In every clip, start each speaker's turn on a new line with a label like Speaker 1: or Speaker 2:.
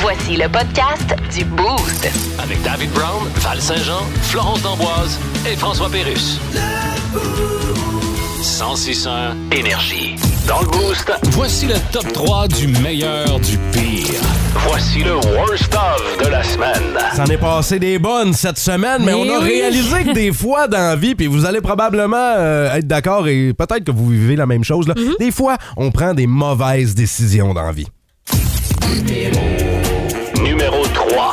Speaker 1: Voici le podcast du Boost.
Speaker 2: Avec David Brown, Val Saint-Jean, Florence D'Amboise et François Pérus. 1061 Énergie. Dans le Boost, voici le top 3 du meilleur du pire. Voici le worst of de la semaine.
Speaker 3: S'en est passé des bonnes cette semaine, mais,
Speaker 4: Mais
Speaker 3: on a
Speaker 4: oui.
Speaker 3: réalisé que des fois dans la vie, puis vous allez probablement euh, être d'accord et peut-être que vous vivez la même chose, là. des fois, on prend des mauvaises décisions dans la vie.
Speaker 2: Numéro 3.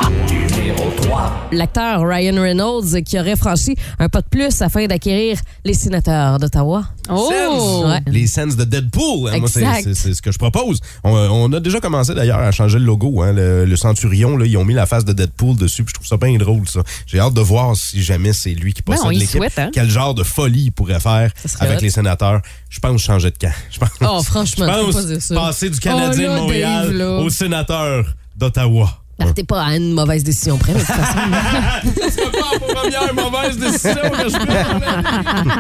Speaker 4: L'acteur Ryan Reynolds qui aurait franchi un pas de plus afin d'acquérir les sénateurs d'Ottawa.
Speaker 3: Oh! Sens.
Speaker 4: Oh! Ouais.
Speaker 3: Les scènes de Deadpool, hein, moi, c'est-
Speaker 4: Exact.
Speaker 3: c'est c'est ce que je propose. On, on a déjà commencé d'ailleurs à changer le logo, hein, le, le centurion, là, ils ont mis la face de Deadpool dessus, puis je trouve ça bien drôle ça. J'ai hâte de voir si jamais c'est lui qui
Speaker 5: Ben,
Speaker 3: possède
Speaker 5: on y
Speaker 3: l'équipe,
Speaker 5: souhaite, hein.
Speaker 3: quel genre de folie il pourrait faire
Speaker 4: serait
Speaker 3: avec
Speaker 4: hot.
Speaker 3: les sénateurs. Je pense changer de camp. Je pense,
Speaker 4: Oh, franchement,
Speaker 3: je
Speaker 4: faut
Speaker 3: pense
Speaker 4: pas dire ça.
Speaker 3: passer du Canadien
Speaker 4: Oh, là,
Speaker 3: de Montréal
Speaker 4: Dave, là.
Speaker 3: au sénateur d'Ottawa.
Speaker 4: Partez Ah, pas à une mauvaise décision près. de toute façon.
Speaker 3: C'est pas la première mauvaise décision que je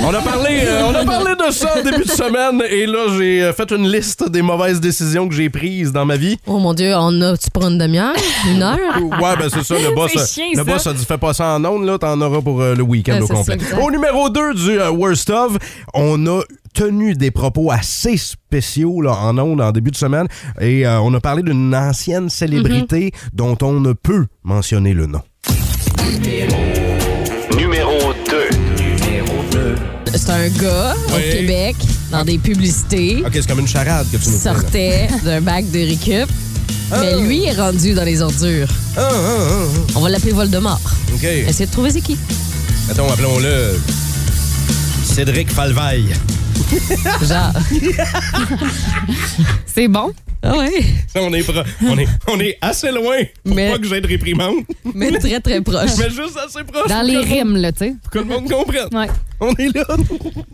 Speaker 3: On a parlé, euh, on a parlé de ça en début de semaine et là j'ai euh, fait une liste des mauvaises décisions que j'ai prises dans ma vie.
Speaker 4: oh mon Dieu, on a tu pour une demi-heure, une heure.
Speaker 3: Ouais, ben c'est ça, le boss.
Speaker 5: C'est
Speaker 3: euh,
Speaker 5: chiant,
Speaker 3: le
Speaker 5: ça.
Speaker 3: boss a dit fais pas ça en ondes, là, t'en auras pour euh, le week-end
Speaker 4: Ouais,
Speaker 3: au
Speaker 4: c'est
Speaker 3: complet.
Speaker 4: ça, exact.
Speaker 3: Au numéro 2 du euh, Worst of, on a tenu des propos assez spéciaux là, en ondes en début de semaine et euh, on a parlé d'une ancienne célébrité
Speaker 4: Mhm.
Speaker 3: dont on ne peut mentionner le nom.
Speaker 2: Numéro 2.
Speaker 4: C'est un gars au
Speaker 3: Oui.
Speaker 4: Québec dans des publicités.
Speaker 3: Ok, Ah, c'est comme une charade que tu nous fais, là.
Speaker 4: sortait d'un bac de récup. Mais lui est rendu dans les ordures.
Speaker 3: Ah, ah, ah,
Speaker 4: On va l'appeler Voldemort.
Speaker 3: ah. OK.
Speaker 4: Essayez de trouver c'est qui.
Speaker 3: Attends, appelons-le Cédric Falvaille.
Speaker 4: Genre.
Speaker 5: C'est bon.
Speaker 4: Ah ouais.
Speaker 3: Ça, on est, pro- on est, on est assez loin pour
Speaker 4: Mais-
Speaker 3: pas que j'ai de réprimande,
Speaker 4: Mais très, très proche.
Speaker 3: mais juste assez proche
Speaker 5: Dans les rimes, là, tu sais.
Speaker 3: pour que le monde comprenne.
Speaker 5: Ouais.
Speaker 3: On est là.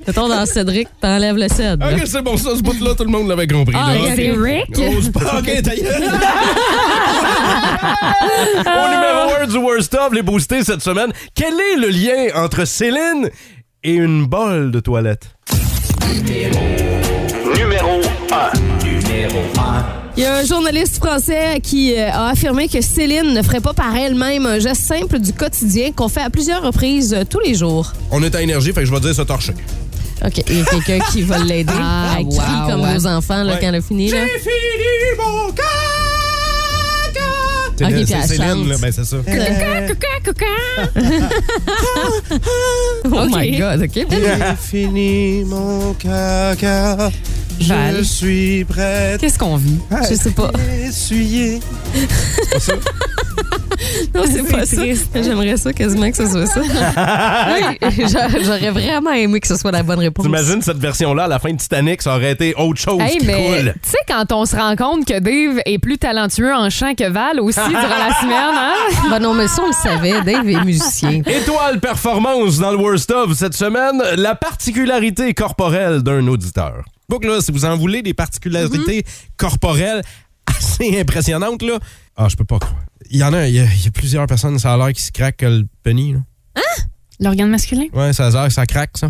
Speaker 4: Mettons dans Cédric, t'enlèves le cèdre. là.
Speaker 3: OK, c'est bon, ça, ce bout-là, tout le monde l'avait compris.
Speaker 4: Ah,
Speaker 3: là.
Speaker 4: ok.
Speaker 5: C'est Rick.
Speaker 3: Oh, c'est pas- OK, ta gueule. Au numéro 1 du Worst of, les boostés cette semaine, quel est le lien entre Céline et une bolle de toilette?
Speaker 2: Numéro 1.
Speaker 4: Il y a un journaliste français qui euh, a affirmé que Céline ne ferait pas par elle-même un geste simple du quotidien qu'on fait à plusieurs reprises euh, tous les jours.
Speaker 3: On est à énergie, fait que je vais dire se torcher.
Speaker 4: OK, il y a quelqu'un qui va l'aider.
Speaker 5: Ah,
Speaker 4: Elle crie
Speaker 5: wow,
Speaker 4: comme
Speaker 5: ouais.
Speaker 4: nos enfants là,
Speaker 3: Ouais.
Speaker 4: quand elle a fini. Là.
Speaker 3: fini mon
Speaker 4: Ok,
Speaker 3: caca.
Speaker 4: puis elle chante.
Speaker 3: là, ben c'est ça.
Speaker 5: Couca, couca.
Speaker 4: Oh
Speaker 5: OK.
Speaker 4: my God, OK.
Speaker 3: J'ai fini mon caca.
Speaker 5: Val.
Speaker 3: suis prête
Speaker 5: Qu'est-ce qu'on vit?
Speaker 4: Je sais pas.
Speaker 3: essuyer.
Speaker 4: Non, c'est pas ça.
Speaker 5: triste.
Speaker 4: J'aimerais ça quasiment que ce soit ça. oui, j'a- j'aurais vraiment aimé que ce soit la bonne réponse.
Speaker 3: T'imagines cette version-là à la fin de Titanic, ça aurait été autre chose
Speaker 5: Hey,
Speaker 3: qui
Speaker 5: mais
Speaker 3: coule.
Speaker 5: tu sais, quand on se rend compte que Dave est plus talentueux en chant que Val aussi durant la semaine, hein?
Speaker 4: Bah non, mais ça, on le savait. Dave est musicien.
Speaker 3: Étoile performance dans le Worst of cette semaine, la particularité corporelle d'un auditeur. Donc là, si vous en voulez des particularités
Speaker 5: Mm-hmm.
Speaker 3: corporelles assez impressionnantes, là. Ah, je peux pas croire. Il y en a, il y, a- il y a plusieurs personnes, ça a l'air qui se craquent que le penny, là.
Speaker 5: L'organe masculin?
Speaker 3: Ouais, ça a l'air que ça craque, ça.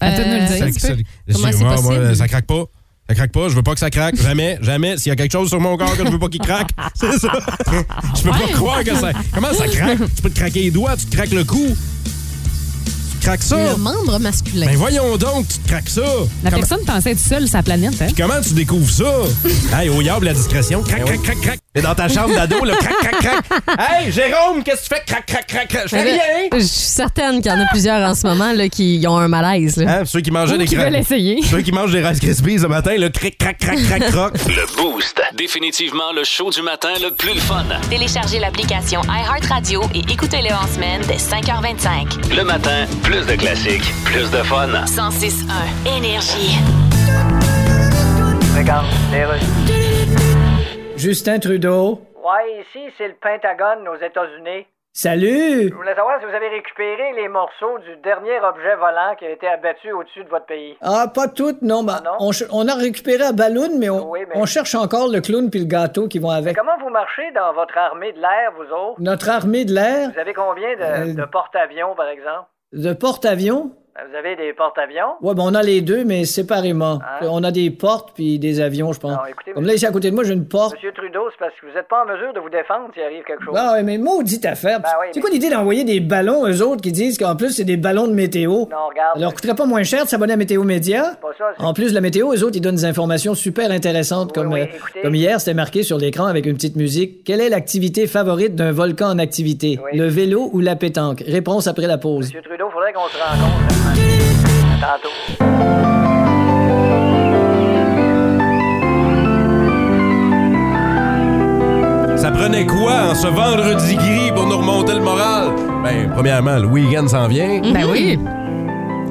Speaker 5: Attends de nous le dire.
Speaker 3: Ça-
Speaker 5: petit
Speaker 3: ça-
Speaker 5: peu.
Speaker 3: je
Speaker 4: Comment
Speaker 3: dis,
Speaker 4: c'est
Speaker 3: ouais,
Speaker 4: possible?
Speaker 3: moi, ça craque pas. Ça craque pas, je veux pas que ça craque. Jamais, jamais. S'il y a quelque chose sur mon corps que je veux pas qu'il craque, c'est ça. Je peux pas croire que ça. Comment ça craque? Tu peux te craquer les doigts, tu te craques le cou. Tu te craques ça.
Speaker 4: Le membre masculin.
Speaker 3: Ben voyons donc, tu te craques ça.
Speaker 5: La
Speaker 3: Comment, Mm.
Speaker 5: personne pensait être seule sa planète, hein?
Speaker 3: comment tu découvres ça? hey, au yard, la discrétion. Crac, crac, crac, crac. Et dans ta chambre d'ado, là, crac, crac, crac. Hey, Jérôme, qu'est-ce que tu fais? Crac, crac, crac, crac. Je fais
Speaker 4: Mais là,
Speaker 3: rien.
Speaker 4: Je suis certaine qu'il y en a plusieurs en ce moment là, qui ont un malaise. là.
Speaker 3: Hein, ceux qui mangeaient
Speaker 5: Ou
Speaker 3: des
Speaker 5: qui veulent
Speaker 3: craques.
Speaker 5: essayer.
Speaker 3: Ceux qui mangent des Rice Krispies ce matin, le crac, crac, crac, crac, crac.
Speaker 2: Le Boost. Définitivement le show du matin le plus le fun.
Speaker 1: Téléchargez l'application iHeartRadio et écoutez-le en semaine dès 5h25.
Speaker 2: Le matin, plus de classiques, plus de fun.
Speaker 1: 106.1 Énergie.
Speaker 6: Justin Trudeau.
Speaker 7: Ouais, ici, c'est le Pentagone aux États-Unis.
Speaker 6: Salut!
Speaker 7: Je voulais savoir si vous avez récupéré les morceaux du dernier objet volant qui a été abattu au-dessus de votre pays.
Speaker 6: Ah, pas toutes, non. bah,
Speaker 7: Ah, non?
Speaker 6: On, ch- on a récupéré un ballon, mais on,
Speaker 7: Oui, mais-
Speaker 6: on cherche encore le clown puis le gâteau qui vont avec.
Speaker 7: Comment vous marchez dans votre armée de l'air, vous autres?
Speaker 6: Notre armée de l'air,
Speaker 7: Vous avez combien de,
Speaker 6: Euh,
Speaker 7: de porte-avions, par exemple? Ben,
Speaker 6: de porte-avions,
Speaker 7: Vous avez des porte-avions?
Speaker 6: Ouais, ben on a les deux, mais séparément.
Speaker 7: Ah.
Speaker 6: On a des portes puis des avions, je pense.
Speaker 7: Non, écoutez,
Speaker 6: Comme là, ici à côté de moi, j'ai une porte.
Speaker 7: Monsieur Trudeau, c'est parce que vous n'êtes pas en mesure de vous défendre s'il arrive quelque chose.
Speaker 6: Ah ouais, mais maudite affaire.
Speaker 7: Ben oui,
Speaker 6: c'est
Speaker 7: mais-
Speaker 6: quoi l'idée d'envoyer des ballons aux autres qui disent qu'en plus, c'est des ballons de météo?
Speaker 7: Non, ah, regarde.
Speaker 6: Ça leur coûterait pas moins cher de s'abonner à Météo Média?
Speaker 7: Pas ça, c'est-
Speaker 6: En plus, la météo, eux autres, ils donnent des informations super intéressantes,
Speaker 7: Oui,
Speaker 6: comme,
Speaker 7: oui,
Speaker 6: euh,
Speaker 7: écoutez.
Speaker 6: comme hier, c'était marqué sur l'écran avec une petite musique. Quelle est l'activité favorite d'un volcan en activité?
Speaker 7: Oui.
Speaker 6: Le vélo ou la pétanque? Réponse après la pause.
Speaker 7: Monsieur Trudeau, faudrait qu'on se rencontre. vraiment. À Tantôt.
Speaker 3: Ça prenait quoi en ce vendredi gris pour nous remonter le moral? Ben, premièrement, le week-end s'en vient. Mm-hmm.
Speaker 5: Ben oui.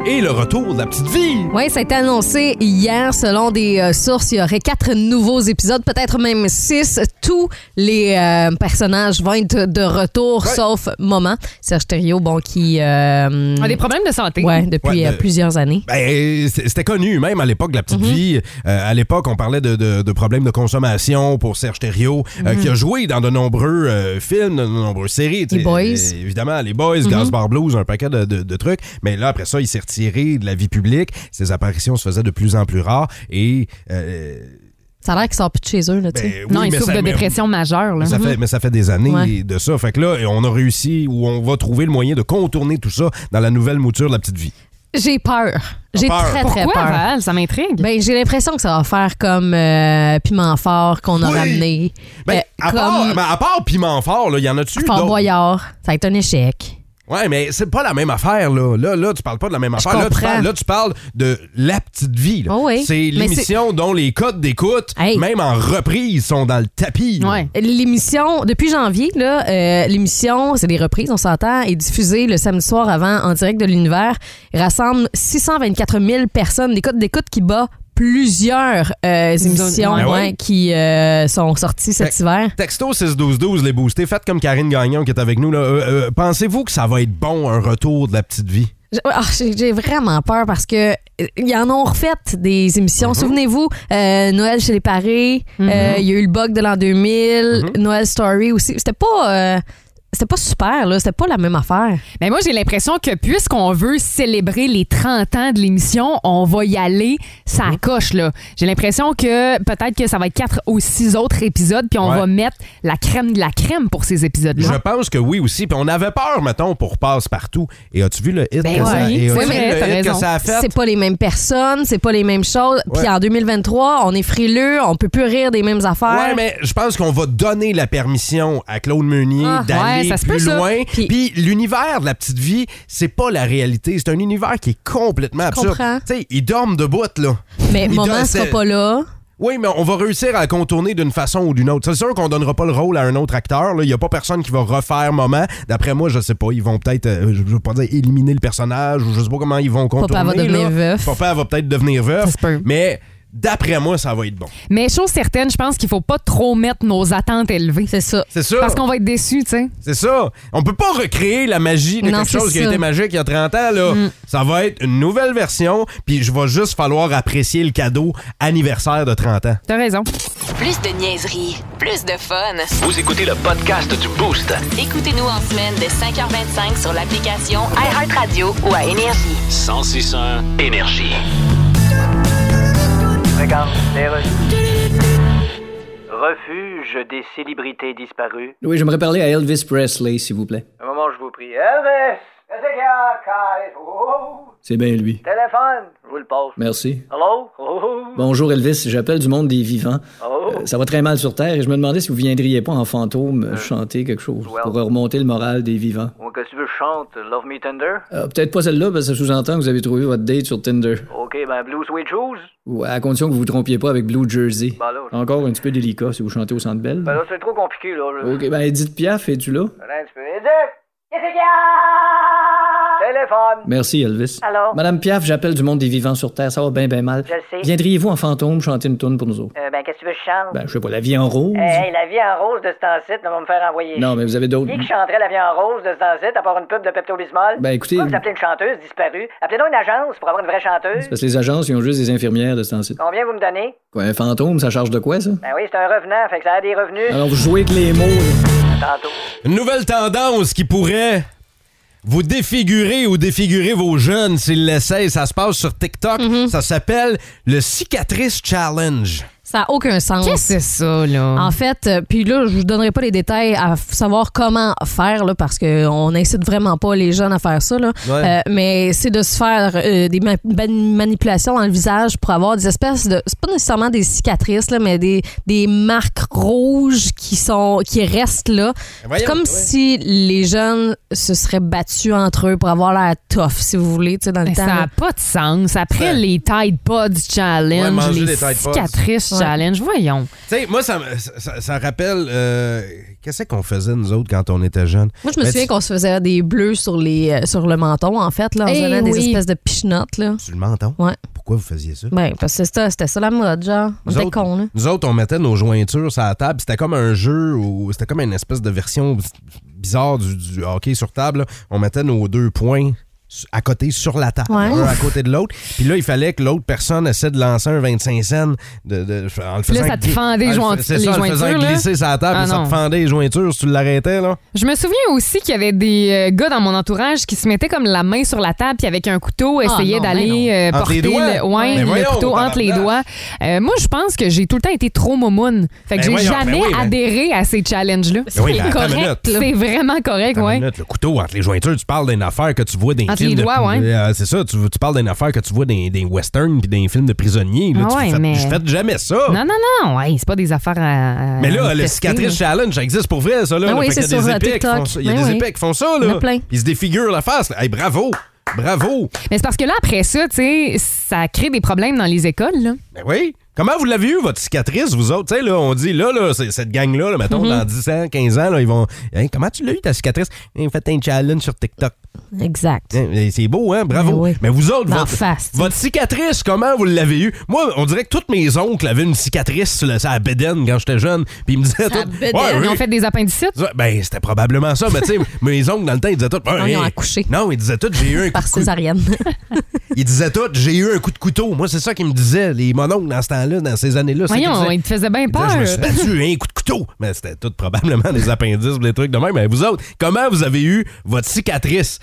Speaker 3: Et le retour de la petite vie.
Speaker 4: Oui, ça a été annoncé hier. Selon des euh, sources, il y aurait quatre nouveaux épisodes, peut-être même six. Tous les euh, personnages vont être de retour,
Speaker 3: Ouais.
Speaker 4: sauf Maman. Serge Thériault, bon, qui... euh,
Speaker 5: On a Ah, des problèmes de santé.
Speaker 4: ouais, depuis
Speaker 3: Ouais,
Speaker 4: euh,
Speaker 3: de-
Speaker 4: plusieurs années.
Speaker 3: Ben, c'est- c'était connu, même à l'époque de la
Speaker 5: Mm-hmm.
Speaker 3: petite vie. Euh, à l'époque, on parlait de, de- de problèmes de consommation pour Serge Thériault, euh,
Speaker 5: Mm-hmm.
Speaker 3: qui a joué dans de nombreux euh, films, de nombreuses séries. tu
Speaker 4: Les
Speaker 3: sais.
Speaker 4: Boys.
Speaker 3: Euh, évidemment, les Boys,
Speaker 5: Mm-hmm.
Speaker 3: Gas Bar Blues, un paquet de, de- de trucs. Mais là, après ça, il s'est retiré de la vie publique. Ses apparitions se faisaient de plus en plus rares. Et. euh,
Speaker 4: Ça a l'air qu'ils sortent plus de chez eux, là, tu
Speaker 3: ben,
Speaker 4: sais.
Speaker 3: oui,
Speaker 5: non, il
Speaker 3: mais
Speaker 5: souffre
Speaker 3: ça-
Speaker 5: de
Speaker 3: mais-
Speaker 5: dépression majeure.
Speaker 3: mais
Speaker 5: Là.
Speaker 3: ça, fait, mais ça fait des années
Speaker 4: Ouais.
Speaker 3: de ça. Fait que là, on a réussi ou on va trouver le moyen de contourner tout ça dans la nouvelle mouture de la petite vie.
Speaker 4: J'ai peur. J'ai
Speaker 3: peur.
Speaker 4: très, très
Speaker 5: Pourquoi,
Speaker 4: peur.
Speaker 5: Val? Ça m'intrigue.
Speaker 4: Ben, j'ai l'impression que ça va faire comme euh, Piment Fort qu'on a
Speaker 3: Oui.
Speaker 4: ramené.
Speaker 3: Ben,
Speaker 4: Euh,
Speaker 3: à, part,
Speaker 4: comme
Speaker 3: ben, à part Piment Fort, là, il y en a-tu?
Speaker 4: Fort
Speaker 3: d'autres?
Speaker 4: Boyard. Ça va être un échec.
Speaker 3: Ouais, mais c'est pas la même affaire, là. Là, là tu parles pas de la même affaire. Là tu,
Speaker 4: comprends.
Speaker 3: parles, là, tu parles de la petite vie. là.
Speaker 4: Oh oui.
Speaker 3: C'est
Speaker 4: Mais
Speaker 3: l'émission dont les codes d'écoute,
Speaker 4: Hey.
Speaker 3: même en reprise, sont dans le tapis. là.
Speaker 5: Ouais.
Speaker 4: L'émission, depuis janvier, là, euh, l'émission, c'est des reprises, on s'entend, est diffusée le samedi soir avant en direct de l'univers. Il rassemble 624 000 personnes, des codes d'écoute qui bat plusieurs euh, émissions
Speaker 3: Ben ouais.
Speaker 4: ouais, qui euh, sont sorties cet
Speaker 3: Fait-
Speaker 4: hiver.
Speaker 3: Texto 6-12-12, les boostés. Faites comme Karine Gagnon qui est avec nous. là. Euh, euh, Pensez-vous que ça va être bon, un retour de la petite vie?
Speaker 4: J- ah, J'ai j'ai vraiment peur parce que euh, ils en ont refait des
Speaker 3: Mhm.
Speaker 4: émissions. Souvenez-vous, euh, Noël chez les parés, euh, il y a eu le bug de l'an 2000,
Speaker 3: Mhm.
Speaker 4: Noël Story aussi. C'était pas, euh, c'était pas super, là. C'était pas la même affaire.
Speaker 5: Mais Ben, moi, j'ai l'impression que puisqu'on veut célébrer les 30 ans de l'émission, on va y aller, ça
Speaker 4: Mm.
Speaker 5: coche, là. J'ai l'impression que peut-être que ça va être quatre ou six autres épisodes, puis on
Speaker 3: Ouais.
Speaker 5: va mettre la crème de la crème pour ces
Speaker 3: Je
Speaker 5: épisodes-là.
Speaker 3: pense que oui aussi. Puis on avait peur, mettons, pour Passe-Partout. Et as-tu vu le hit,
Speaker 5: Ben
Speaker 3: que, ça,
Speaker 5: oui,
Speaker 3: et
Speaker 5: c'est
Speaker 3: as-tu
Speaker 5: vrai,
Speaker 3: vu le
Speaker 5: t'as
Speaker 3: hit que
Speaker 5: raison.
Speaker 3: ça a fait?
Speaker 4: C'est pas les mêmes personnes, c'est pas les mêmes choses. Puis
Speaker 3: Ouais.
Speaker 4: en 2023, on est frileux, on peut plus rire des mêmes affaires.
Speaker 3: Ouais, mais je pense qu'on va donner la permission à Claude Meunier
Speaker 4: Ah,
Speaker 3: d'aller
Speaker 5: ouais, ça se
Speaker 3: plus
Speaker 5: peut, ça.
Speaker 3: loin.
Speaker 4: Puis-
Speaker 3: Puis, l'univers de la petite vie, c'est pas la réalité. C'est un univers qui est complètement absurde.
Speaker 4: comprends.
Speaker 3: Tu sais, ils dorment debout, là.
Speaker 4: Mais
Speaker 3: Il
Speaker 4: maman
Speaker 3: donne-
Speaker 4: sera
Speaker 3: c'est-
Speaker 4: pas là.
Speaker 3: Oui, mais on va réussir à contourner d'une façon ou d'une autre. C'est sûr qu'on donnera pas le rôle à un autre acteur. là. Il y a pas personne qui va refaire moment. D'après moi, je sais pas. Ils vont peut-être, euh, je je veux pas dire éliminer le personnage ou je sais pas comment ils vont contourner.
Speaker 4: Papa va devenir
Speaker 3: là.
Speaker 4: veuf.
Speaker 3: Papa va peut-être devenir
Speaker 5: Ça
Speaker 3: veuf.
Speaker 5: se peut.
Speaker 3: Mais d'après moi, ça va être bon.
Speaker 5: Mais chose certaine, je pense qu'il faut pas trop mettre nos attentes élevées.
Speaker 4: C'est ça.
Speaker 3: C'est sûr.
Speaker 5: Parce qu'on va être déçus, tu sais.
Speaker 3: C'est ça. On peut pas recréer la magie de
Speaker 4: Non,
Speaker 3: quelque
Speaker 4: c'est
Speaker 3: chose qui a
Speaker 4: ça. Mm.
Speaker 3: été magique il y a 30 ans. Là. Ça va être une nouvelle version, puis je vais juste falloir apprécier le cadeau anniversaire de 30 ans.
Speaker 5: T'as raison.
Speaker 1: Plus de niaiserie, plus de fun.
Speaker 2: Vous écoutez le podcast du Boost.
Speaker 1: Écoutez-nous en semaine de 5h25 sur l'application iHeartRadio ou à Énergie.
Speaker 2: 1061 Énergie.
Speaker 7: Regarde, les Russes. Refuge des célébrités disparues.
Speaker 6: Oui, j'aimerais parler à Elvis Presley, s'il vous plaît.
Speaker 7: Un moment, je vous prie. Elvis! Qu'est-ce qu'il y a, Kyle? Oh!
Speaker 6: C'est bien lui.
Speaker 7: Téléphone! Je vous le passe.
Speaker 6: Merci.
Speaker 7: Hello? Oh!
Speaker 6: Bonjour Elvis, j'appelle du monde des vivants.
Speaker 7: Oh!
Speaker 6: Euh, ça va très mal sur Terre et je me demandais si vous viendriez pas en fantôme euh, chanter quelque chose
Speaker 7: well.
Speaker 6: pour remonter le moral des vivants.
Speaker 7: Ou que tu veux, je chante Love Me Tender?
Speaker 6: Euh, Peut-être pas celle-là, parce que ça sous-entend que vous avez trouvé votre date sur Tinder.
Speaker 7: Ok, ben Blue Sweet Shoes?
Speaker 6: Ou à condition que vous vous trompiez pas avec Blue Jersey.
Speaker 7: Ben là, je-
Speaker 6: Encore un petit peu délicat si vous chantez au Centre Bell.
Speaker 7: Ben là, c'est trop compliqué, là. là.
Speaker 6: Ok, ben Edith Piaf, es-tu là?
Speaker 7: Attends un petit peu. Edith! Qu'est-ce qu'il y a? Téléphone!
Speaker 6: Merci Elvis.
Speaker 7: Allô?
Speaker 6: Madame Piaf, j'appelle du monde des vivants sur Terre, ça va bien bien mal.
Speaker 7: Je le sais.
Speaker 6: Viendriez-vous en fantôme chanter une tune pour nous autres?
Speaker 7: Euh, ben, qu'est-ce que tu veux, que je chante?
Speaker 6: Ben, je sais pas, la vie en rose?
Speaker 7: Euh, hey, la vie en rose de ce temps-ci, on va me faire envoyer.
Speaker 6: Non, mais vous avez d'autres.
Speaker 7: Qui qui chanterait la vie en rose de ce temps-ci, à part une pub de Pepto-Bismol?
Speaker 6: Ben, écoutez-
Speaker 7: Vous appelez une chanteuse disparue. Appelez donc une agence pour avoir une vraie chanteuse.
Speaker 6: Parce que les agences, ils ont juste des infirmières de ce temps-ci.
Speaker 7: Combien vous me donnez?
Speaker 6: Quoi, un fantôme, ça charge de quoi, ça?
Speaker 7: Ben oui, c'est un revenant, fait que ça a des revenus.
Speaker 6: Alors, vous jouez avec les mots. là.
Speaker 7: Tantôt.
Speaker 3: Une nouvelle tendance qui pourrait Vous défigurez ou défigurez vos jeunes s'ils l'essayent. Ça se passe sur TikTok.
Speaker 4: Mm-hmm.
Speaker 3: Ça s'appelle le cicatrice challenge.
Speaker 4: Ça n'a aucun sens.
Speaker 5: Qu'est-ce que Oh, c'est ça, là?
Speaker 4: En fait, euh, puis là, je vous donnerai pas les détails à f- savoir comment faire, là, parce qu'on incite vraiment pas les jeunes à faire ça. Là.
Speaker 3: Ouais.
Speaker 4: Euh, mais c'est de se faire euh, des ma- ban- manipulations dans le visage pour avoir des espèces de. C'est pas nécessairement des cicatrices, là, mais des, des marques rouges qui sont qui restent là.
Speaker 3: Ben voyons,
Speaker 4: C'est comme
Speaker 3: ouais.
Speaker 4: si les jeunes se seraient battus entre eux pour avoir l'air tough, si vous voulez, tu sais, dans le
Speaker 5: Mais
Speaker 4: temps.
Speaker 5: Ben, ça
Speaker 4: là.
Speaker 5: n'a pas de sens. Après
Speaker 3: Ouais.
Speaker 5: les Tide Pods
Speaker 3: Ouais,
Speaker 5: Challenge,
Speaker 3: manger
Speaker 5: les
Speaker 3: des Tide Pods.
Speaker 5: cicatrices
Speaker 4: Ouais.
Speaker 5: Challenge, voyons.
Speaker 3: Tu sais, moi, ça, me- ça- ça- ça rappelle. euh, Qu'est-ce qu'on faisait, nous autres, quand on était jeunes?
Speaker 4: Moi, je me
Speaker 3: Ben,
Speaker 4: souviens
Speaker 3: tu-
Speaker 4: qu'on se faisait des bleus sur, les, euh, sur le menton, en fait, là, en se
Speaker 5: Eh
Speaker 4: donnant des
Speaker 5: oui.
Speaker 4: espèces de pichenottes, là.
Speaker 3: Sur le menton?
Speaker 4: Ouais.
Speaker 3: Pourquoi vous faisiez ça?
Speaker 4: Ben, parce que c'était c'était ça la mode, genre. On
Speaker 3: Nous
Speaker 4: était
Speaker 3: autres-
Speaker 4: cons, là.
Speaker 3: Nous autres, on mettait nos jointures sur la table. C'était comme un jeu ou c'était comme une espèce de version bizarre du, du hockey sur table. là. On mettait nos deux points su- à côté sur la table,
Speaker 4: Ouais.
Speaker 3: un à côté de l'autre. Puis là, il fallait que l'autre personne essaie de lancer un 25 cents de, de- en le faisant
Speaker 5: ça te
Speaker 3: gli-
Speaker 5: fendait
Speaker 3: en
Speaker 5: les
Speaker 3: le-
Speaker 5: joint-
Speaker 3: c'est
Speaker 5: les
Speaker 3: ça, en le faisant
Speaker 5: jointures, là.
Speaker 3: glisser sur la table,
Speaker 5: Ah
Speaker 3: puis ça
Speaker 5: non.
Speaker 3: te fendait les jointures si tu l'arrêtais. là.
Speaker 5: Je me souviens aussi qu'il y avait des euh, gars dans mon entourage qui se mettaient comme la main sur la table puis avec un couteau essayaient
Speaker 4: Ah, non,
Speaker 5: d'aller euh,
Speaker 3: Entre les
Speaker 5: porter
Speaker 3: doigts?
Speaker 5: le, ouais,
Speaker 3: Mais
Speaker 5: le
Speaker 3: voyons,
Speaker 5: couteau entre les
Speaker 3: tabarnak.
Speaker 5: doigts. Euh, moi, je pense que j'ai tout le temps été trop momoune. Fait que
Speaker 3: Ben
Speaker 5: j'ai
Speaker 3: voyons,
Speaker 5: jamais
Speaker 3: ben oui, ben-
Speaker 5: adhéré à ces challenges-là.
Speaker 3: Ben oui, ben attends une minute.
Speaker 5: correct. C'est vraiment correct,
Speaker 3: Attends une
Speaker 5: ouais.
Speaker 3: minute, le couteau entre les jointures, tu parles d'une affaire que tu vois dans les films.
Speaker 5: Entre les
Speaker 3: de-
Speaker 5: doigts, ouais.
Speaker 3: euh, c'est ça, tu, tu parles d'une affaire que tu vois dans des westerns puis dans les films de prisonniers. Là,
Speaker 5: Ah
Speaker 3: tu
Speaker 5: ouais,
Speaker 3: fais,
Speaker 5: mais-
Speaker 3: Je fais jamais ça.
Speaker 5: Non, non, non, ouais, c'est pas des affaires à. à
Speaker 3: Mais là, le
Speaker 5: tester,
Speaker 3: cicatrice
Speaker 5: là.
Speaker 3: challenge, ça existe pour vrai, ça. Là,
Speaker 4: Ah
Speaker 3: là.
Speaker 4: oui,
Speaker 3: Fait qu'il
Speaker 4: c'est
Speaker 3: y a
Speaker 4: sur,
Speaker 3: des
Speaker 4: euh,
Speaker 3: épais qui
Speaker 4: TikTok.
Speaker 3: font ça. Il y a
Speaker 4: Ben
Speaker 3: des
Speaker 4: oui.
Speaker 3: épais qui font ça.
Speaker 4: Il y en
Speaker 3: Là.
Speaker 4: a plein.
Speaker 3: Ils se défigurent la face. là. Hey, bravo! Bravo!
Speaker 5: Mais c'est parce que là, après ça, tu sais, ça crée des problèmes dans les écoles, là.
Speaker 3: Ben oui! Comment vous l'avez eu, votre cicatrice, vous autres? Tu sais, là, on dit, là, là, c'est- cette gang-là, là, mettons,
Speaker 4: Mm-hmm.
Speaker 3: dans 10 ans, 15 ans, là, ils vont. Hey, comment tu l'as eu, ta cicatrice? Hey, faites un challenge sur TikTok.
Speaker 4: Exact.
Speaker 3: Hein, eh, C'est beau, hein? Bravo.
Speaker 4: Ben oui.
Speaker 3: Mais vous autres,
Speaker 4: D'en
Speaker 3: votre,
Speaker 4: face, tu sais.
Speaker 3: votre cicatrice, comment vous l'avez eu? Moi, on dirait que toutes mes oncles avaient une cicatrice sur la, sur la bédaine quand j'étais jeune. Puis ils me disaient tout.
Speaker 4: bédaine,
Speaker 3: Ouais,
Speaker 5: Ils
Speaker 3: oui.
Speaker 5: ont fait des appendicites.
Speaker 3: Ça, Ben, c'était probablement ça, mais tu sais, mes oncles, dans le temps, ils disaient tout. Ah,
Speaker 4: Non, ils ont
Speaker 3: hein.
Speaker 4: accouché.
Speaker 3: Non, ils disaient tout, j'ai eu un coup
Speaker 4: Par
Speaker 3: de couteau.
Speaker 4: césarienne.
Speaker 3: Ils disaient tout, j'ai eu un coup de couteau. Moi, c'est ça qu'ils me disaient, les mon oncle, dans ce temps-là, dans ces années-là. c'est qu'ils
Speaker 5: Voyons,
Speaker 3: disaient.
Speaker 5: ils te faisaient bien
Speaker 3: Ils disaient,
Speaker 5: peur.
Speaker 3: je me suis battu, un coup de couteau. Mais c'était tout probablement des appendices, des trucs de même. Mais vous autres, comment vous avez eu votre cicatrice?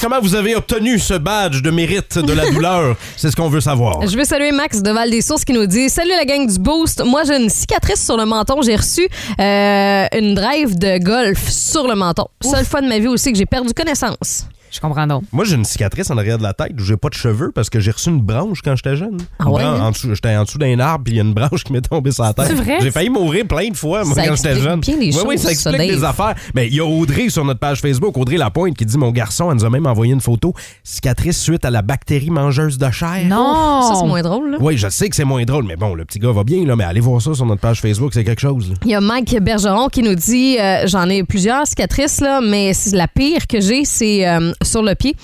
Speaker 3: Comment vous avez obtenu ce badge de mérite de la douleur? C'est ce qu'on veut savoir.
Speaker 4: Je veux saluer Max de Val des Sources qui nous dit Salut la gang du Boost. Moi, j'ai une cicatrice sur le menton. J'ai reçu euh, une drive de golf sur le menton. Seule fois de ma vie aussi que j'ai perdu connaissance.
Speaker 5: Je comprends donc.
Speaker 4: Oh,
Speaker 3: Moi, j'ai une cicatrice en arrière de la tête où j'ai pas de cheveux parce que j'ai reçu une branche quand j'étais jeune.
Speaker 4: Ah
Speaker 3: Une
Speaker 4: ouais?
Speaker 3: branche en dessous- J'étais en dessous d'un arbre puis il y a une branche qui m'est tombée sur la tête.
Speaker 5: C'est vrai?
Speaker 3: J'ai failli mourir plein de fois moi,
Speaker 4: Ça
Speaker 3: quand j'étais
Speaker 4: explique
Speaker 3: jeune.
Speaker 4: bien les
Speaker 3: oui,
Speaker 4: choses,
Speaker 3: oui, ça
Speaker 4: ça,
Speaker 3: explique
Speaker 4: Dave.
Speaker 3: des affaires. Mais il y a Audrey sur notre page Facebook, Audrey Lapointe, qui dit Mon garçon, elle nous a même envoyé une photo cicatrice suite à la bactérie mangeuse de chair.
Speaker 5: Non!
Speaker 3: Oh.
Speaker 4: Ça, c'est moins drôle. là.
Speaker 3: Oui, je sais que c'est moins drôle, mais bon, le petit gars va bien, là, mais allez voir ça sur notre page Facebook, c'est quelque chose. là.
Speaker 4: Il y a Mike Bergeron qui nous dit euh, J'en ai plusieurs cicatrices, là, mais c'est la pire que j'ai, c'est euh, sur le pied.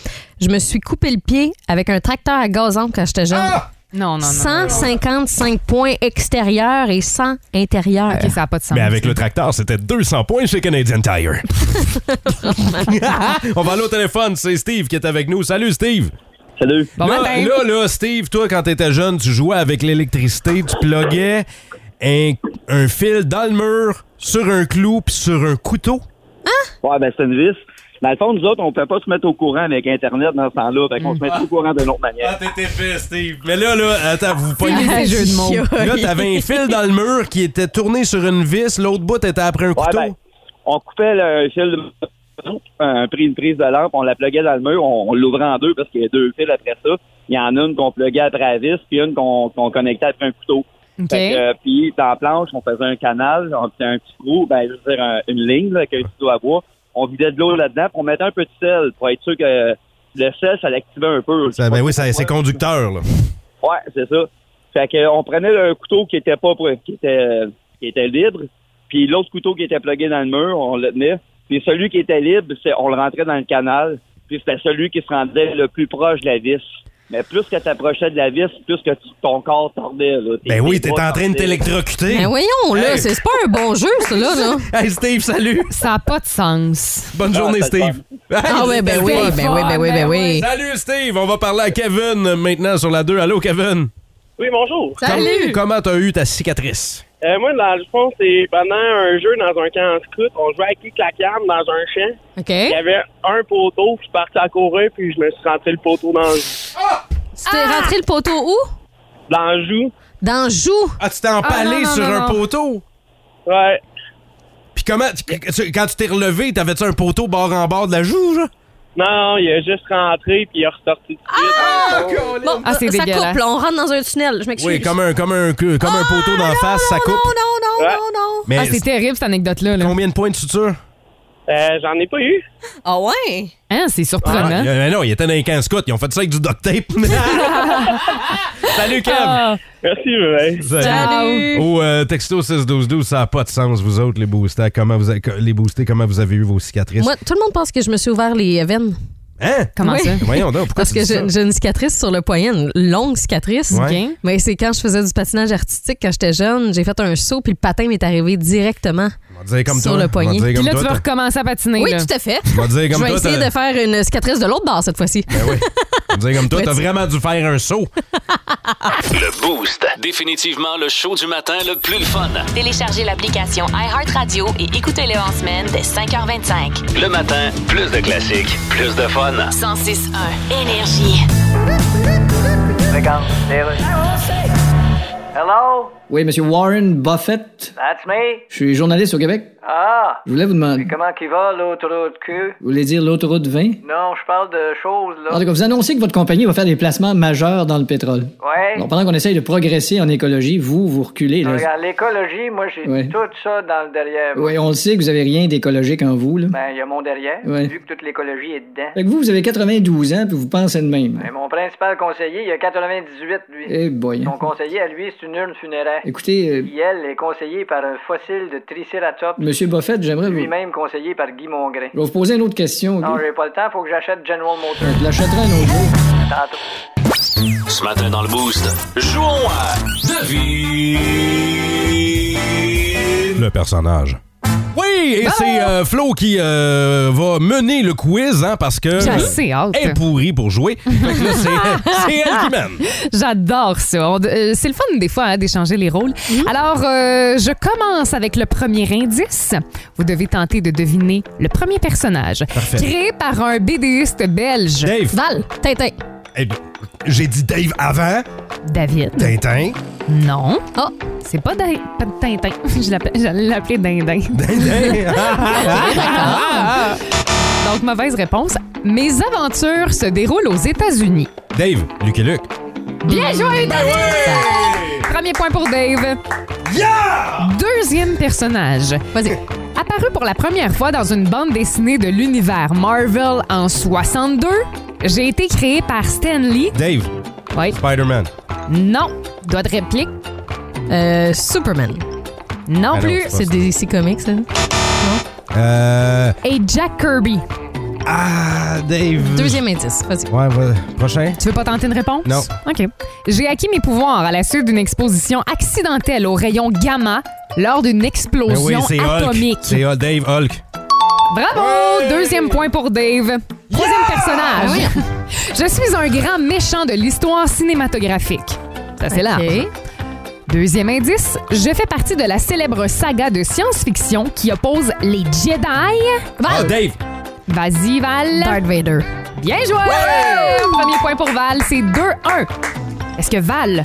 Speaker 4: Je me suis coupé le pied avec un tracteur à gazon quand j'étais jeune.
Speaker 5: Ah, Non, non, non.
Speaker 4: 155 points extérieurs et 100 intérieurs.
Speaker 5: OK, ça n'a pas de sens.
Speaker 3: Mais avec le tracteur, c'était 200 points chez Canadian Tire. On va aller au téléphone, c'est Steve qui est avec nous. Salut Steve!
Speaker 8: Salut.
Speaker 5: Bon
Speaker 3: là,
Speaker 5: matin.
Speaker 3: là, là, Steve, toi, quand t'étais jeune, tu jouais avec l'électricité, tu pluguais un, un fil dans le mur, sur un clou, puis sur un couteau.
Speaker 8: Ouais, ben c'est une vis. Dans le fond, nous autres, on ne peut pas se mettre au courant avec Internet dans ce temps-là. Fait qu'on se met au courant d'une autre
Speaker 3: Ah,
Speaker 8: manière.
Speaker 3: t'étais fait, Steve. Mais là, là, attends, vous pas
Speaker 5: un jeu de mots.
Speaker 3: Là, t'avais un fil dans le mur qui était tourné sur une vis, l'autre bout était après un
Speaker 8: Ouais,
Speaker 3: couteau.
Speaker 8: ben, on coupait le fil de un pris une prise de lampe, on la pluguait dans le mur, on, on l'ouvrait en deux parce qu'il y a deux fils après ça. Il y en a une qu'on pluguait après la vis, puis une qu'on qu'on connectait après un couteau.
Speaker 5: OK.
Speaker 8: Fait que, euh, puis dans la planche, on faisait un canal, on faisait un petit trou, ben je veux dire un- une ligne là, avec un tuyau à bois. On vidait de l'eau là-dedans, puis on mettait un peu de sel pour être sûr que le sel, ça l'activait un peu.
Speaker 3: Ça, ben oui, ça- c'est conducteur, là.
Speaker 8: Ouais, c'est ça. Fait que euh, on prenait le couteau qui était pas pr- qui était qui était libre, puis l'autre couteau qui était plugué dans le mur, on le tenait. Puis celui qui était libre, c'est on le rentrait dans le canal, puis c'était celui qui se rendait le plus proche de la vis. Mais plus que tu approchais de la vis, plus que tu- ton corps tordait. Là. Tes-
Speaker 3: Ben oui,
Speaker 8: tes
Speaker 3: t'étais
Speaker 8: bras
Speaker 3: en train de
Speaker 8: tordaient.
Speaker 3: t'électrocuter.
Speaker 4: Ben voyons, là,
Speaker 3: Hey.
Speaker 4: c'est c'est pas un bon jeu, ça, là. là.
Speaker 3: Hey, Steve, salut.
Speaker 5: Ça n'a pas de sens.
Speaker 3: Bonne
Speaker 8: Ah,
Speaker 3: journée,
Speaker 8: c'est le
Speaker 3: Steve.
Speaker 4: Ah ouais, ben oui, ben oui, ben oui, ben oui.
Speaker 3: Salut, Steve. On va parler à Kevin maintenant sur la 2. Allô, Kevin.
Speaker 9: Oui, bonjour.
Speaker 4: Salut!
Speaker 3: Comment t'as eu ta cicatrice?
Speaker 9: Euh, moi, dans le fond, c'est pendant un jeu dans un camp de scout, on jouait à qui claquable dans un champ.
Speaker 5: OK.
Speaker 9: Il y avait un poteau, puis je partais à courir, puis je me suis rentré le poteau dans le,
Speaker 4: Tu t'es
Speaker 5: Ah!
Speaker 4: rentré le poteau où?
Speaker 9: dans le joue.
Speaker 4: Dans Joue.
Speaker 3: Ah, tu t'es empalé
Speaker 5: non, non,
Speaker 3: sur
Speaker 5: non,
Speaker 3: un
Speaker 5: non.
Speaker 3: poteau.
Speaker 9: Ouais.
Speaker 3: Puis comment, tu- tu- quand tu t'es relevé, t'avais-tu un poteau bord en bord de la joue, genre?
Speaker 9: Non, il est juste rentré, puis il est ressorti tout de suite. dans le fond.
Speaker 4: Bon,
Speaker 5: Ah, c'est
Speaker 4: Oh, ça coupe,
Speaker 5: dégueulasse.
Speaker 4: là, on rentre dans un tunnel. Je m'excuse.
Speaker 3: Oui, comme un, comme un, comme un poteau d'en face, ça coupe.
Speaker 4: Non, non, non,
Speaker 9: Ouais.
Speaker 4: non, non.
Speaker 3: Mais
Speaker 5: Ah, c'est terrible, cette anecdote-là. là.
Speaker 3: combien de points de suture?
Speaker 9: Euh, J'en ai pas eu.
Speaker 4: Ah ouais?
Speaker 5: Hein, c'est
Speaker 3: Ah,
Speaker 5: surprenant.
Speaker 3: il- euh, non, il était dans les 15 scouts. Ils ont fait ça avec du duct tape. Salut, Kev.
Speaker 5: Ah,
Speaker 9: Merci, bébé.
Speaker 4: Ah
Speaker 3: Salut.
Speaker 5: Salut.
Speaker 3: Au euh, texto 6-12-12, ça n'a pas de sens, vous autres, les boostés. Comment vous avez, les boostés, comment vous avez eu vos cicatrices?
Speaker 4: Moi, tout le monde pense que je me suis ouvert les veines.
Speaker 3: Hein?
Speaker 5: Comment
Speaker 4: Oui.
Speaker 5: ça?
Speaker 3: Voyons donc, pourquoi
Speaker 4: Parce que
Speaker 3: tu dis ça?
Speaker 4: j'ai j'ai une cicatrice sur le poignet, une longue cicatrice.
Speaker 3: Ouais.
Speaker 5: OK.
Speaker 4: Mais c'est quand je faisais du patinage artistique, quand j'étais jeune, j'ai fait un saut, puis le patin m'est arrivé directement.
Speaker 3: On va dire comme
Speaker 4: Sur
Speaker 3: toi.
Speaker 4: le
Speaker 3: On va
Speaker 4: poignet.
Speaker 3: dire
Speaker 5: Puis
Speaker 3: comme
Speaker 5: là,
Speaker 3: toi,
Speaker 5: tu vas
Speaker 3: t'as-
Speaker 5: recommencer à patiner.
Speaker 4: Oui,
Speaker 5: là.
Speaker 4: tout à fait.
Speaker 3: on va dire
Speaker 4: Je
Speaker 3: comme
Speaker 4: vais
Speaker 3: toi,
Speaker 4: essayer
Speaker 3: t'as-
Speaker 4: de faire une cicatrice de l'autre bord cette fois-ci.
Speaker 3: Ben oui. On va dire comme toi, t'as
Speaker 4: Ouais, tu-
Speaker 3: vraiment dû faire un saut.
Speaker 2: Le Boost. Définitivement le show du matin le plus le fun.
Speaker 1: Téléchargez l'application iHeartRadio et écoutez-le en semaine dès 5h25.
Speaker 2: Le matin, plus de classiques, plus de fun.
Speaker 1: 106.1 Énergie.
Speaker 7: Regarde, les rues. Hello?
Speaker 6: Oui, monsieur Warren Buffett.
Speaker 7: That's me?
Speaker 6: Je suis journaliste au Québec.
Speaker 7: Ah!
Speaker 6: Je voulais vous demander.
Speaker 7: Comment qu'il va, l'autoroute Q?
Speaker 6: Vous voulez dire l'autoroute 20?
Speaker 7: Non, je parle de choses, là.
Speaker 6: En tout cas, vous annoncez que votre compagnie va faire des placements majeurs dans le pétrole.
Speaker 7: Ouais.
Speaker 6: Donc, pendant qu'on essaye de progresser en écologie, vous, vous reculez. là.
Speaker 7: Regarde, l'écologie, moi, j'ai
Speaker 6: Ouais.
Speaker 7: tout ça dans le derrière.
Speaker 6: Oui, on le sait que vous avez rien d'écologique en vous. Là.
Speaker 7: Ben, il y a mon derrière,
Speaker 6: Ouais.
Speaker 7: vu que toute l'écologie est dedans.
Speaker 6: Fait que vous, vous avez 92 ans, puis vous pensez de même.
Speaker 7: Mais mon principal conseiller, il a 98, lui.
Speaker 6: Eh boy.
Speaker 7: Son conseiller, à lui, c'est une urne funéraire.
Speaker 6: Écoutez, euh,
Speaker 7: Qui, elle, est conseillée par un fossile de Triceratops,
Speaker 6: Monsieur Buffett, j'aimerais vous...
Speaker 7: lui-même conseillé par Guy Mongrain.
Speaker 6: Je vais vous poser une autre question. ok?
Speaker 7: Non, j'ai pas le temps, faut que j'achète General Motors.
Speaker 6: Je l'achèterai un autre jour.
Speaker 7: Tantôt.
Speaker 2: Ce matin dans le Boost, jouons à Devine.
Speaker 3: Le personnage. Oui, et c'est euh, Flo qui euh, va mener le quiz, hein, parce que...
Speaker 5: J'ai assez hâte.
Speaker 3: Elle est pourrie pour jouer. Fait que là, c'est- c'est elle qui mène.
Speaker 5: J'adore ça. On- euh, c'est le fun des fois hein, d'échanger les rôles. Alors, euh, je commence avec le premier indice. Vous devez tenter de deviner le premier personnage créé par un BDiste belge,
Speaker 3: Dave.
Speaker 4: Val, Tintin.
Speaker 3: Eh ben, J'ai dit Dave avant.
Speaker 5: David.
Speaker 3: Tintin.
Speaker 5: Non,
Speaker 4: Ah,
Speaker 5: c'est pas, Da- pas Tintin. Je l'appelle- J'allais l'appeler Dindin. Donc, mauvaise réponse. Mes aventures se déroulent aux États-Unis.
Speaker 3: Dave. Lucky Luke.
Speaker 5: Bien joué, David! Premier point pour Dave. Deuxième personnage.
Speaker 4: vas-y.
Speaker 5: Apparu pour la première fois dans une bande dessinée de l'univers Marvel en 62, j'ai été créé par Stan Lee.
Speaker 3: Dave.
Speaker 5: Oui.
Speaker 3: Spider-Man.
Speaker 5: Non. Doigt de réplique.
Speaker 4: Euh, Superman.
Speaker 5: Non
Speaker 3: Ah non,
Speaker 5: plus.
Speaker 3: c'est
Speaker 4: C'est
Speaker 3: pas
Speaker 4: des DC Comics, ça.
Speaker 3: Euh.
Speaker 5: Et Jack Kirby.
Speaker 3: Ah, Dave.
Speaker 4: Deuxième indice, vas-y.
Speaker 3: Ouais, ouais. Prochain.
Speaker 5: Tu veux pas tenter une réponse?
Speaker 3: Non.
Speaker 5: OK. J'ai acquis mes pouvoirs à la suite d'une exposition accidentelle au rayon gamma lors d'une
Speaker 3: Ben
Speaker 5: explosion
Speaker 3: oui, c'est Hulk.
Speaker 5: atomique.
Speaker 3: C'est Hulk. Dave Hulk.
Speaker 5: Bravo! Deuxième point pour Dave. Troisième personnage. Je suis un grand méchant de l'histoire cinématographique. Ça, c'est là.
Speaker 4: OK.
Speaker 5: Deuxième indice, je fais partie de la célèbre saga de science-fiction qui oppose les Jedi.
Speaker 3: Ah, Dave.
Speaker 5: Vas-y, Val.
Speaker 4: Darth Vader.
Speaker 5: Bien joué! Premier point pour Val, c'est 2-1. Est-ce que Val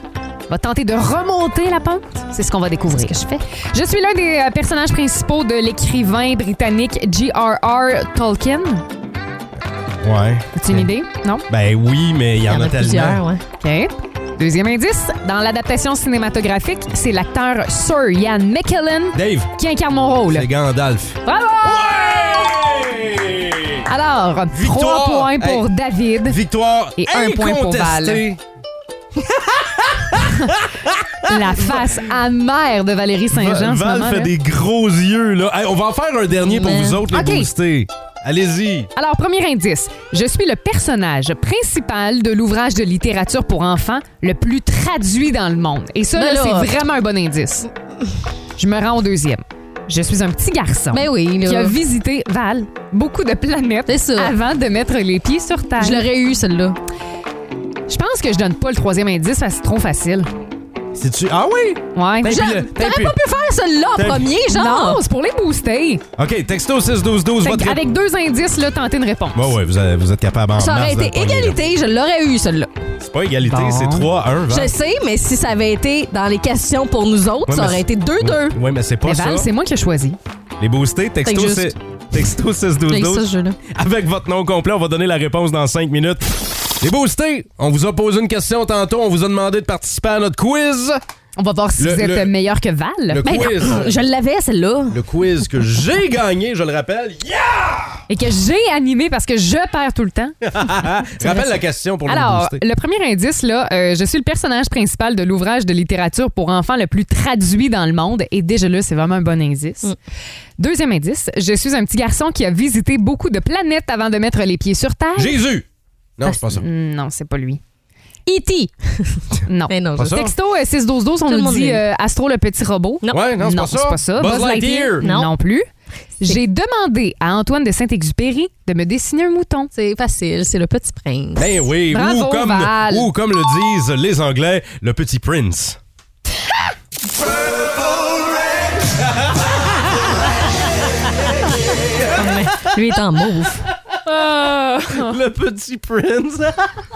Speaker 5: va tenter de remonter la pente? C'est ce qu'on va découvrir. que je fais. Je suis l'un des euh, personnages principaux de l'écrivain britannique G.R.R. Tolkien.
Speaker 3: Ouais.
Speaker 5: As-tu une idée? Non?
Speaker 3: Ben oui, mais il y, en a,
Speaker 4: plusieurs,
Speaker 3: tellement.
Speaker 4: ouais.
Speaker 5: OK. Deuxième indice, dans l'adaptation cinématographique, c'est l'acteur Sir Ian McKellen
Speaker 3: Dave.
Speaker 5: qui incarne mon rôle.
Speaker 3: C'est Gandalf.
Speaker 5: Bravo! Alors,
Speaker 3: Victoire!
Speaker 5: trois points pour
Speaker 3: Hey.
Speaker 5: David.
Speaker 3: Victoire
Speaker 5: Et un point pour Val.
Speaker 3: incontestée.
Speaker 5: La face amère de Valérie Saint-Jean. en ce
Speaker 3: Val
Speaker 5: moment,
Speaker 3: fait
Speaker 5: là.
Speaker 3: des gros yeux, là. Hey, on va en faire un dernier pour
Speaker 4: Mais-
Speaker 3: vous autres, les
Speaker 5: Ok.
Speaker 3: boostés. Allez-y.
Speaker 5: Alors, premier indice. Je suis le personnage principal de l'ouvrage de littérature pour enfants le plus traduit dans le monde. Et ça,
Speaker 4: Ben
Speaker 5: là,
Speaker 4: là.
Speaker 5: c'est vraiment un bon indice. Je me rends au deuxième. Je suis un petit garçon
Speaker 4: Ben oui,
Speaker 5: qui a
Speaker 4: là.
Speaker 5: visité, Val, beaucoup de planètes
Speaker 4: C'est ça.
Speaker 5: avant de mettre les pieds sur Terre.
Speaker 4: Je l'aurais eu, celle-là.
Speaker 5: Je pense que je donne pas le troisième indice, parce que c'est trop facile.
Speaker 3: C'est-tu. Ah oui?
Speaker 5: Ouais.
Speaker 4: Ben,
Speaker 3: T'as
Speaker 5: Je-
Speaker 3: pu le- t'as
Speaker 4: T'aurais
Speaker 3: pu-
Speaker 4: pas pu faire celle-là en
Speaker 3: T'as-
Speaker 4: premier, genre?
Speaker 5: Non, c'est pour les booster.
Speaker 3: OK, texto 6-12-12,
Speaker 5: Fait
Speaker 3: votre.
Speaker 5: que avec deux indices, là, tenter une réponse.
Speaker 3: Bon, Bah ouais, vous, avez- vous êtes capable en
Speaker 4: Ça aurait
Speaker 3: masse de
Speaker 4: été
Speaker 3: le pogner, là.
Speaker 4: égalité, je l'aurais eu, celle-là.
Speaker 3: C'est pas égalité,
Speaker 5: Bon.
Speaker 3: c'est 3-1. Val.
Speaker 4: Je sais, mais si ça avait été dans les questions pour nous autres,
Speaker 3: Ouais,
Speaker 4: ça
Speaker 3: mais
Speaker 4: aurait
Speaker 3: c'est-
Speaker 4: été 2-2.
Speaker 3: Oui, ouais, mais c'est pas
Speaker 5: Mais
Speaker 3: ça.
Speaker 5: Val, c'est moi qui ai choisi.
Speaker 3: Les boostés, texto,
Speaker 4: Fait que
Speaker 3: c'est.
Speaker 4: juste-
Speaker 3: Texto
Speaker 4: J'ai ça, ce
Speaker 3: 6-12-12.
Speaker 4: jeu-là.
Speaker 3: Avec votre nom complet, on va donner la réponse dans 5 minutes. Les boostés, on vous a posé une question tantôt, on vous a demandé de participer à notre quiz.
Speaker 5: On va voir si
Speaker 3: Le-
Speaker 5: vous êtes
Speaker 3: le-
Speaker 5: meilleur que Val.
Speaker 3: Le
Speaker 5: Ben non.
Speaker 3: quiz.
Speaker 4: Je l'avais, celle-là.
Speaker 3: Le quiz que j'ai gagné, je le rappelle. Yeah!
Speaker 5: Et que j'ai animé parce que je perds tout le temps.
Speaker 3: rappelle la question pour
Speaker 5: Alors,
Speaker 3: le booster.
Speaker 5: le premier indice, là, euh, je suis le personnage principal de l'ouvrage de littérature pour enfants le plus traduit dans le monde. Et déjà là, c'est vraiment un bon indice.
Speaker 4: Mm.
Speaker 5: Deuxième indice, je suis un petit garçon qui a visité beaucoup de planètes avant de mettre les pieds sur Terre.
Speaker 3: Jésus! Non, c'est pas ça.
Speaker 5: Non, c'est pas lui.
Speaker 4: E.T.
Speaker 5: Non.
Speaker 4: Eh non,
Speaker 3: Pas
Speaker 4: je-
Speaker 3: ça?
Speaker 5: Texto euh, 61212, on
Speaker 4: le
Speaker 5: nous
Speaker 4: monde
Speaker 5: dit
Speaker 4: l'est.
Speaker 5: euh, Astro le petit robot.
Speaker 4: Non.
Speaker 3: Ouais, non, c'est pas ça. Buzz Lightyear.
Speaker 5: Non,
Speaker 4: Non.
Speaker 5: plus. J'ai demandé à Antoine de Saint-Exupéry de me dessiner un mouton.
Speaker 4: C'est facile, c'est le petit prince.
Speaker 3: Ben oui,
Speaker 5: Bravo,
Speaker 3: ou, comme,
Speaker 5: Val.
Speaker 3: ou comme le disent les Anglais, le petit prince.
Speaker 4: Lui est en mauve.
Speaker 3: Le petit prince.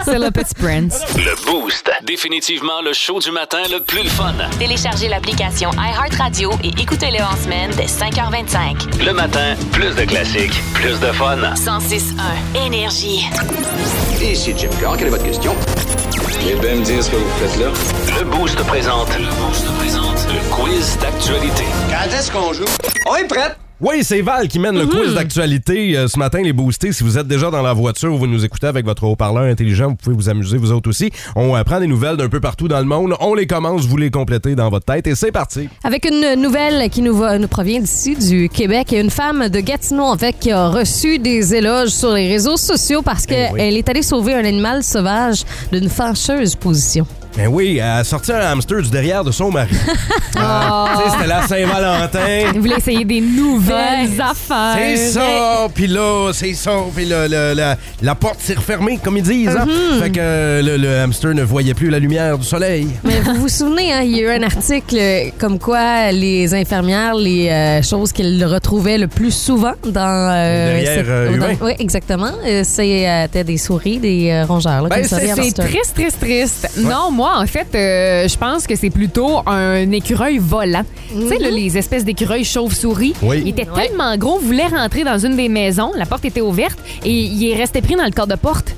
Speaker 5: C'est le petit prince.
Speaker 2: Le Boost. Définitivement le show du matin le plus le fun.
Speaker 1: Téléchargez l'application iHeartRadio et écoutez-le en semaine dès 5h25.
Speaker 2: Le matin, plus de classiques, plus de fun.
Speaker 1: 106.1 Énergie.
Speaker 10: Ici Jim Carr, quelle est votre question? Vous bien me dire ce que vous faites là.
Speaker 2: Le Boost présente. Le Boost présente. Le quiz d'actualité.
Speaker 10: Quand est-ce qu'on joue? On est prêt!
Speaker 3: Oui, c'est Val qui mène le quiz d'actualité euh, ce matin, les boostés. Si vous êtes déjà dans la voiture ou vous nous écoutez avec votre haut-parleur intelligent, vous pouvez vous amuser vous autres aussi. On euh, prend des nouvelles d'un peu partout dans le monde. On les commence, vous les complétez dans votre tête et c'est parti.
Speaker 4: Avec une nouvelle qui nous, va- nous provient d'ici, du Québec, et une femme de Gatineau, en fait, qui a reçu des éloges sur les réseaux sociaux parce qu'elle
Speaker 3: Eh oui.
Speaker 4: est allée sauver un animal sauvage d'une fâcheuse position.
Speaker 3: Ben oui, elle a sorti un hamster du derrière de son mari. Euh, tu sais, C'était la Saint-Valentin.
Speaker 5: Vous voulez essayer des nouvelles
Speaker 4: Ouais.
Speaker 5: affaires.
Speaker 3: C'est ça, puis là, c'est ça, puis là, le- la, la porte s'est refermée, comme ils disent. hein. Fait que euh, le, le hamster ne voyait plus la lumière du soleil.
Speaker 4: Mais vous vous souvenez, hein, il y a eu un article euh, comme quoi les infirmières, les euh, choses qu'elles retrouvaient le plus souvent dans... euh,
Speaker 3: Derrière,
Speaker 4: ces-
Speaker 3: euh,
Speaker 4: dans-
Speaker 3: humain.
Speaker 4: Oui, exactement. Euh, C'était des souris, des euh, rongeurs. là,
Speaker 3: Ben,
Speaker 4: comme ça,
Speaker 3: c'est-
Speaker 4: des
Speaker 5: C'est
Speaker 4: hamsters.
Speaker 5: triste, triste, triste. Non, moi, en fait, euh, je pense que c'est plutôt un écureuil volant. Tu sais, là,
Speaker 4: Mhm.
Speaker 5: les espèces d'écureuils chauves-souris.
Speaker 3: Oui.
Speaker 5: Il était tellement gros, voulait rentrer dans une des maisons. La porte était ouverte et il est resté pris dans le corps de porte.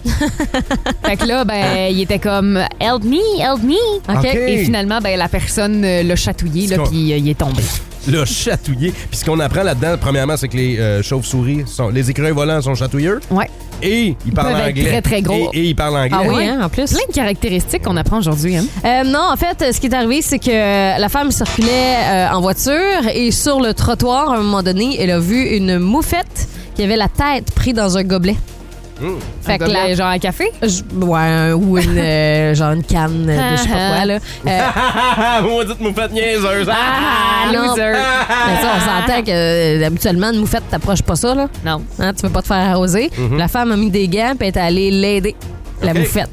Speaker 5: fait que là, ben, il était comme Help me, help me.
Speaker 3: OK.
Speaker 5: Et finalement, ben, la personne euh, l'a chatouillé,
Speaker 3: C'est
Speaker 5: là,
Speaker 3: con-
Speaker 5: puis euh, il est tombé.
Speaker 3: Le chatouillé. Puis ce qu'on apprend là-dedans, premièrement, c'est que les euh, chauves-souris, sont, les écureuils volants sont chatouilleux
Speaker 5: Ouais.
Speaker 3: et ils parlent
Speaker 5: peuvent être
Speaker 3: anglais.
Speaker 5: très, très gros.
Speaker 3: Et, et ils parlent anglais.
Speaker 4: Ah oui,
Speaker 5: Ouais.
Speaker 4: hein, en plus.
Speaker 5: Plein de caractéristiques qu'on apprend aujourd'hui. Hein?
Speaker 4: Euh, non, en fait, ce qui est arrivé, c'est que la femme circulait euh, en voiture et sur le trottoir, à un moment donné, elle a vu une moufette qui avait la tête prise dans un gobelet.
Speaker 5: Fait que
Speaker 4: bah,
Speaker 5: là, genre un café.
Speaker 4: Je- ouais, un- ou une, euh, genre une canne de je sais pas quoi, là. Euh,
Speaker 3: Moi, dites moufette niaiseuse.
Speaker 5: hein?
Speaker 3: hein?
Speaker 5: Ah,
Speaker 4: non.
Speaker 5: loser.
Speaker 4: mais ça, on s'entend que euh, habituellement, une moufette, t'approches pas ça, là.
Speaker 5: Non.
Speaker 4: Hein, tu veux pas te faire arroser. La femme a mis des gants puis elle est allée l'aider, la
Speaker 3: OK.
Speaker 4: moufette.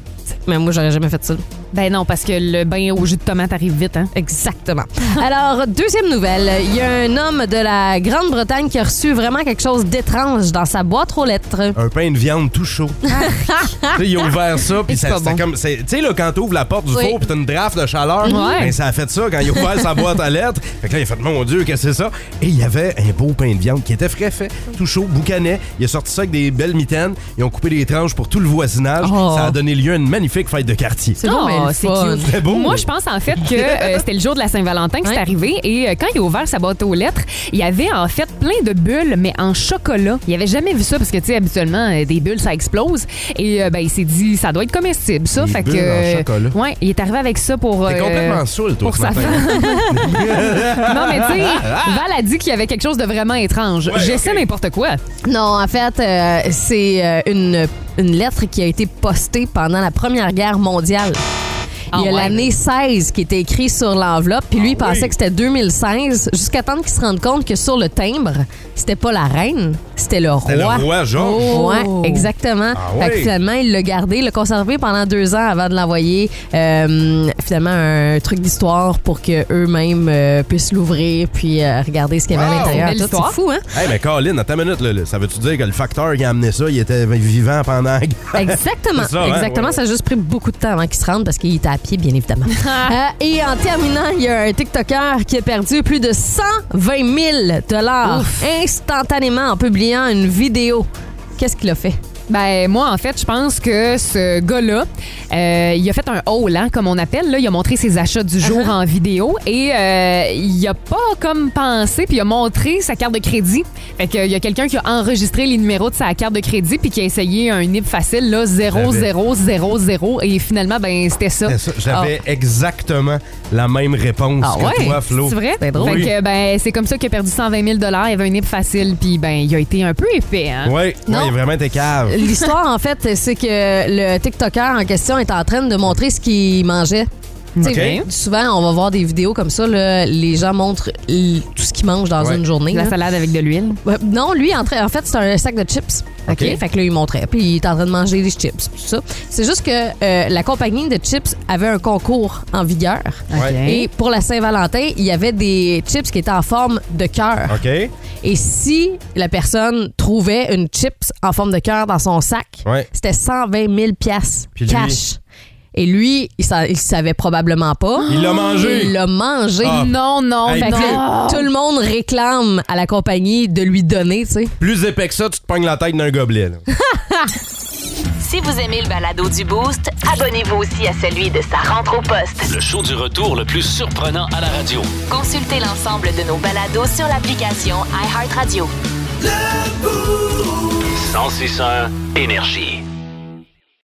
Speaker 4: Mais moi, j'aurais jamais fait ça.
Speaker 5: Ben non, parce que le bain au jus de tomate arrive vite, hein?
Speaker 4: Exactement. Alors, deuxième nouvelle. Il y a un homme de la Grande-Bretagne qui a reçu vraiment quelque chose d'étrange dans sa boîte aux lettres.
Speaker 3: Un pain de viande tout chaud. Tu sais, il a ouvert ça, puis
Speaker 5: C'est
Speaker 3: ça,
Speaker 5: pas
Speaker 3: c'était
Speaker 5: bon.
Speaker 3: comme. c'est- Tu sais, là, quand t'ouvres la porte du
Speaker 4: Oui.
Speaker 3: four, puis t'as une draft de chaleur,
Speaker 5: Ouais.
Speaker 3: ben, ça a fait ça quand il a ouvert sa boîte à lettres. Fait que là, il a fait Mon Dieu, qu'est-ce que c'est ça? Et il y avait un beau pain de viande qui était frais fait, tout chaud, boucanet. Il a sorti ça avec des belles mitaines. Ils ont coupé des tranches pour tout le voisinage.
Speaker 4: Oh.
Speaker 3: Ça a donné lieu à une magnifique fête de quartier.
Speaker 4: C'est bon,
Speaker 5: Oh,
Speaker 4: mais le
Speaker 5: c'est
Speaker 4: fun.
Speaker 5: cute.
Speaker 3: Très beau.
Speaker 5: Moi, je pense en fait que euh, c'était le jour de la Saint-Valentin que c'est
Speaker 4: Ouais.
Speaker 5: arrivé. Et euh, quand il a ouvert sa boîte aux lettres, il y avait en fait plein de bulles, mais en chocolat. Il avait jamais vu ça parce que, tu sais, habituellement, euh, des bulles, ça explose. Et euh, ben, il s'est dit, ça doit être comestible, ça.
Speaker 3: Des
Speaker 5: fait
Speaker 3: bulles
Speaker 5: que. euh,
Speaker 3: en chocolat.
Speaker 5: Ouais, il est arrivé avec ça pour.
Speaker 3: T'es
Speaker 5: euh,
Speaker 3: complètement saoul, toi,
Speaker 5: pour
Speaker 3: ce
Speaker 5: sa
Speaker 3: matin.
Speaker 5: Non, mais tu sais, Val a dit qu'il y avait quelque chose de vraiment étrange. J'essaie n'importe quoi.
Speaker 4: Non, en fait, euh, c'est euh, une, une lettre qui a été postée pendant la Première Guerre mondiale.
Speaker 5: Ah
Speaker 4: il y a l'année 16 qui était écrit sur l'enveloppe, puis lui, il pensait que c'était 2016, jusqu'à temps qu'il se rende compte que sur le timbre, c'était pas la reine, c'était le roi.
Speaker 3: C'était le roi Georges. Oh.
Speaker 4: Ouais, exactement.
Speaker 3: Ah
Speaker 4: Fait que
Speaker 3: oui.
Speaker 4: finalement, il l'a gardé, il l'a conservé pendant deux ans avant de l'envoyer euh, finalement un truc d'histoire pour que eux-mêmes euh, puissent l'ouvrir puis euh, regarder ce qu'il y avait à l'intérieur.
Speaker 5: belle
Speaker 4: Tout,
Speaker 5: histoire.
Speaker 4: C'est fou, hein?
Speaker 3: Hey, mais Colin, attends une minute, là, là. ça veut-tu dire que le facteur qui a amené ça, il était vivant pendant la guerre?
Speaker 4: Exactement.
Speaker 3: C'est ça, hein?
Speaker 4: Exactement.
Speaker 3: Ouais.
Speaker 4: Ça a juste pris beaucoup de temps avant qu'il se rende parce qu'il était à pied, bien évidemment. Euh, et en terminant, il y a un TikToker qui a perdu plus de 120 000 dollars instantanément en publiant une vidéo. Qu'est-ce qu'il a fait?
Speaker 5: Ben, moi, en fait, je pense que ce gars-là, euh, il a fait un haul, hein, comme on appelle. Là. Il a montré ses achats du jour
Speaker 3: Uh-huh.
Speaker 5: en vidéo et euh, il a pas comme pensé, puis il a montré sa carte de crédit. Fait qu'il y a quelqu'un qui a enregistré les numéros de sa carte de crédit puis qui a essayé un nib facile, là, 0000. Et finalement, ben, c'était ça.
Speaker 3: Ça, J'avais exactement la même réponse
Speaker 5: Ah
Speaker 3: que
Speaker 5: ouais?
Speaker 3: toi, Flo.
Speaker 5: C'est vrai? Fait
Speaker 3: Oui.
Speaker 5: que, ben, c'est comme ça qu'il a perdu 120 000 Il avait un nib facile, puis ben, il a été un peu épais. Hein?
Speaker 3: Oui, ouais, il
Speaker 4: Non.
Speaker 3: est vraiment tes caves.
Speaker 4: L'histoire, en fait, c'est que le TikToker en question est en train de montrer ce qu'il mangeait.
Speaker 5: C'est
Speaker 3: Ok.
Speaker 5: vrai.
Speaker 4: Souvent, on va voir des vidéos comme ça. là, les gens montrent l- tout ce qu'ils mangent dans
Speaker 3: Ouais.
Speaker 4: une journée.
Speaker 5: La
Speaker 4: là.
Speaker 5: salade avec de l'huile.
Speaker 4: Ouais, Non, lui, en, tra- en fait, c'est un sac de chips. OK.
Speaker 5: OK.
Speaker 4: Fait que là, il montrait. Puis il est en train de manger des chips. Tout ça. C'est juste que euh, la compagnie de chips avait un concours en vigueur.
Speaker 5: Ouais.
Speaker 4: Et pour la Saint-Valentin, il y avait des chips qui étaient en forme de cœur.
Speaker 3: OK? Ouais.
Speaker 4: Et si la personne trouvait une chips en forme de cœur dans son sac,
Speaker 3: Ouais.
Speaker 4: c'était 120 000 piastres
Speaker 3: Puis lui-
Speaker 4: cash. Et lui, il sa- il savait probablement pas.
Speaker 3: Il l'a mangé.
Speaker 4: Il l'a mangé.
Speaker 3: Ah.
Speaker 5: Non, non,
Speaker 3: Hey,
Speaker 5: fait que
Speaker 4: Fait que là,
Speaker 5: là,
Speaker 4: Tout le monde réclame à la compagnie de lui donner, tu sais.
Speaker 3: Plus épais que ça, tu te pognes la tête d'un gobelet. là.
Speaker 1: Si vous aimez le balado du Boost, abonnez-vous aussi à celui de sa rentre au poste.
Speaker 2: Le show du retour le plus surprenant à la radio.
Speaker 1: Consultez l'ensemble de nos balados sur l'application iHeartRadio.
Speaker 2: 1061 Énergie.